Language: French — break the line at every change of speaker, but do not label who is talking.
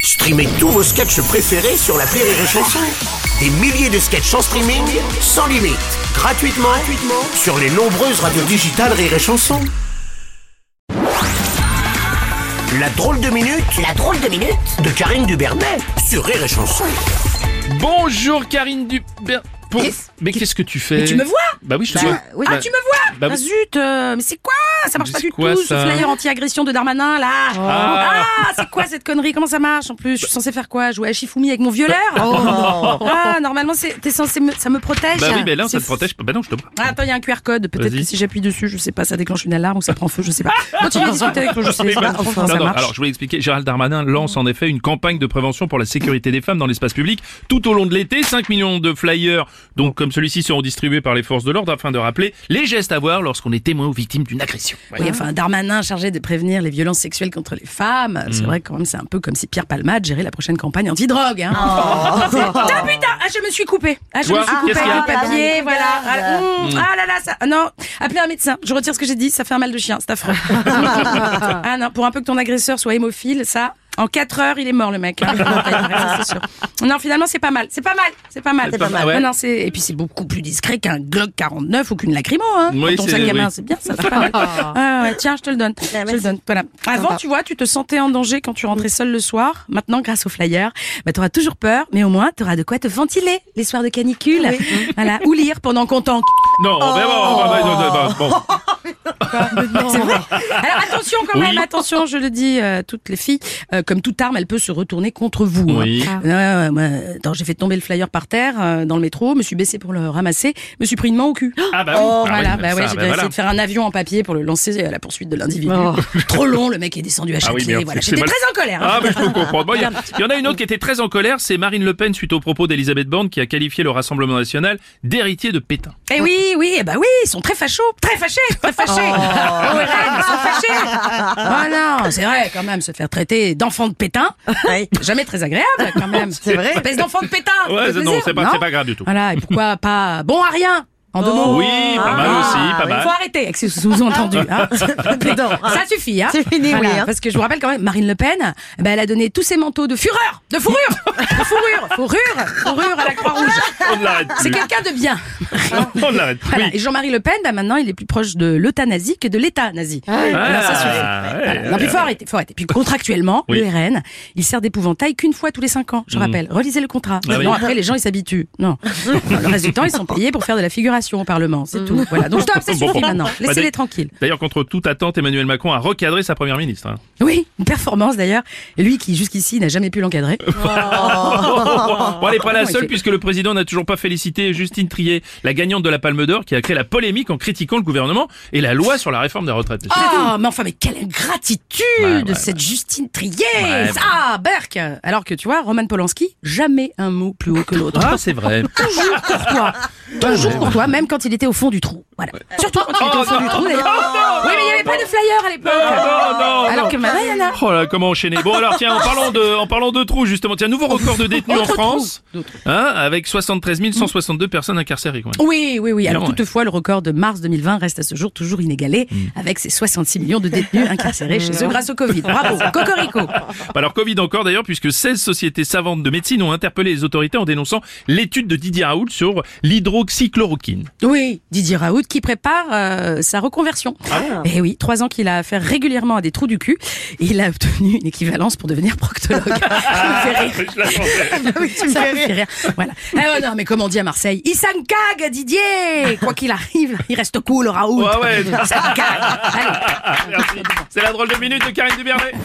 Streamez tous vos sketchs préférés sur la Rire et Chanson. Des milliers de sketchs en streaming, sans limite, gratuitement, gratuitement sur les nombreuses radios digitales Rire et Chanson. La drôle de minute, la drôle de minute de Karine Dubernet sur Rire et Chanson.
Bonjour Karine Dubert. Pour-
Qu'est-ce-
Mais qu'est-ce que tu fais
Mais tu me vois
Bah oui, je te
Bah,
vois.
oui.
Bah,
Ah, tu me vois
bah oui.
Ah, zut euh, Mais c'est quoi Ça marche
Mais
pas
c'est
du
quoi,
tout, ce
ça
flyer anti-agression de Darmanin, là
Ah.
Ah, c'est quoi cette connerie Comment ça marche En plus, je suis censée faire quoi Jouer à Shifumi avec mon violeur Ah, normalement, c'est- t'es censé me- ça me protège
Oh. Bah oui, mais là, ça
C'est
te protège. pas. Bah non, je te vois.
ah, attends, il y a un QR code. Peut-être
Vas-y.
que si j'appuie dessus, je sais pas, ça déclenche une alarme ou ça prend feu, je sais pas. Continue à discuter avec le je sais pas. Ah, Enfin,
Non,
ça
non,
marche.
alors je voulais expliquer, Gérald Darmanin lance en effet une campagne de prévention pour la sécurité des femmes dans l'espace public tout au long de l'été. 5 millions de flyers, donc comme celui-ci, seront distribués par les forces de l'ordre afin de rappeler les gestes à voir lorsqu'on est témoin ou victime d'une agression. Ouais.
Oui, enfin, Darmanin chargé de prévenir les violences sexuelles contre les femmes.
Mm.
C'est vrai, quand même, c'est un peu comme si Pierre Palmade gérait la prochaine campagne anti-drogue. Hein. C'est- Ah putain, ah, je me suis coupée. Ah, je
Quoi
me suis coupée
Qu'est-ce qu'il y a Mm.
le papier,
Ah,
voilà. Ah, hum, ah là là, ça. ah, Non, appelez un médecin. Je retire ce que j'ai dit, ça fait un mal de chien, c'est affreux. ah non, pour un peu que ton agresseur soit hémophile, ça. En 4 heures, il est mort, le mec. hein. Ça, c'est sûr. Non, finalement, c'est pas mal. C'est pas mal. C'est pas mal.
C'est pas mal, ouais.
Non, non, c'est- Et puis, c'est beaucoup plus discret qu'un Glock 49 ou qu'une lacrymo. Hein.
Oui,
Ton
c'est-
sac à main,
oui.
c'est bien, ça va pas mal. Ah ouais, tiens, je te le donne. Je te le donne. Voilà. Avant, tu vois, tu te sentais en danger quand tu rentrais seul le soir. Maintenant, grâce au flyer, bah, tu auras toujours peur, mais au moins, tu auras de quoi te ventiler les soirs de canicule. Voilà. Ou lire pendant qu'on tanque.
Non, mais bon, bah, bah, bah, bah, bon.
Oh. Alors attention quand
Oui.
même, attention, je le dis, euh, toutes les filles, euh, comme toute arme, elle peut se retourner contre vous. hein.
Oui.
Euh, ouais, ouais, attends, j'ai fait tomber le flyer par terre euh, dans le métro, me suis baissée pour le ramasser, me suis pris une main au cul.
Ah bah oui.
Oh,
Ah
voilà,
oui,
bah
ça,
ouais,
bah
j'ai bien
voilà. Oh.
essayé de faire un avion en papier pour le lancer à la poursuite de l'individu. Trop long, le mec est descendu à
Ah oui,
Châtelet.
merde,
voilà,
c'est
j'étais
mal-
très en colère. hein.
Ah, mais je peux comprendre. Bon, Il y, a- il y en a une autre qui était très en colère, c'est Marine Le Pen suite aux propos d'Elisabeth Borne qui a qualifié le Rassemblement National d'héritier de Pétain.
Eh oui, oui, eh bah oui, ils sont très fachos, très fâchés, très fâchés. Oh, ouais, ils sont fâchés. Ah non, c'est vrai quand même, se faire traiter d'enfant de pétain, jamais très agréable quand même. C'est vrai. Espèce d'enfant de pétain. ça
Ouais,
fait
non,
plaisir,
c'est pas,
non
c'est pas grave du tout.
Voilà, et pourquoi pas bon à rien en deux mots. Ah,
Oui, pas mal aussi, pas mal.
Faut arrêter avec ce sous-entendu. Hein. ça suffit. Hein.
C'est fini,
Voilà,
oui, hein.
Parce que je vous rappelle quand même, Marine Le Pen, ben, elle a donné tous ses manteaux de fureur, de fourrure, de fourrure, fourrure, fourrure à la Croix-Rouge.
On ne l'arrête plus.
C'est quelqu'un de bien.
On ne l'arrête plus.
Voilà. Et Jean-Marie Le Pen, bah, maintenant, il est plus proche de l'euthanasie que de l'État nazi. Alors, ça suffit.
Ah, ouais,
Voilà. Non, puis faut arrêter, faut arrêter. Puis contractuellement,
Oui. Hmm.
le RN, il sert d'épouvantail qu'une fois tous les cinq ans, je rappelle. Relisez le contrat.
Ah oui.
Non, après, les gens, ils s'habituent. Non. le reste du temps, ils sont payés pour faire de la figuration au Parlement. C'est tout. Voilà. Donc, stop, c'est
Bon,
suffit
Hmm. bon.
maintenant.
Bah,
Laissez-les
d'ailleurs-
tranquilles.
D'ailleurs, contre toute attente, Emmanuel Macron a recadré sa première ministre. hein.
Oui, une performance d'ailleurs. Et lui qui, jusqu'ici, n'a jamais pu l'encadrer.
Euh,
Oh.
bon, elle n'est pas la
Comment il
seule
fait
puisque le président n'a toujours pas félicité Justine Trier, la gagnante de la Palme d'Or, qui a créé la polémique en critiquant le gouvernement et la loi sur la réforme des retraites.
Ah, mais enfin, mais quelle ingratitude
Ouais, ouais,
cette Justine Trier
Ouais, ouais.
Ah, Burke Alors que tu vois, Roman Polanski, jamais un mot plus haut que l'autre.
Ah, c'est vrai.
toujours pour toi. Toujours pour toi, même quand il était au fond du trou. Voilà. Surtout quand il était
Oh,
au fond
non,
du trou. d'ailleurs. oui, mais il n'y avait pas de flyer à l'époque.
Oh, non, non,
Ah, Alors
non.
que maintenant, il y en a.
Oh là, comment enchaîner Bon alors tiens, en parlant de, en parlant de trous justement, tiens, nouveau record de détenus en
Autre trou.
France, hein, avec 73 162 personnes incarcérées. Quand même.
Oui, oui, oui. Alors
Non, ouais. Mm.
toutefois, le record de mars 2020 reste à ce jour toujours inégalé, avec ses 66 millions de détenus incarcérés chez eux grâce au Covid. Bravo, cocorico.
Bah Alors Covid encore d'ailleurs, puisque 16 sociétés savantes de médecine ont interpellé les autorités en dénonçant l'étude de Didier Raoult sur l'hydroxychloroquine.
Oui, Didier Raoult qui prépare euh, sa reconversion. Et oui, trois ans qu'il a affaire régulièrement à des trous du cul. Et il a obtenu une équivalence pour devenir proctologue. Ça me fait rire. Ah Ça me fait rire. Voilà. Ah ouais, non, mais comme on dit à Marseille, il s'en cague, Didier Quoi qu'il arrive, il reste cool, Raoult.
Ouais, ouais.
Il s'en cague. Allez.
Merci. C'est la drôle de minute de Karine Dubernet.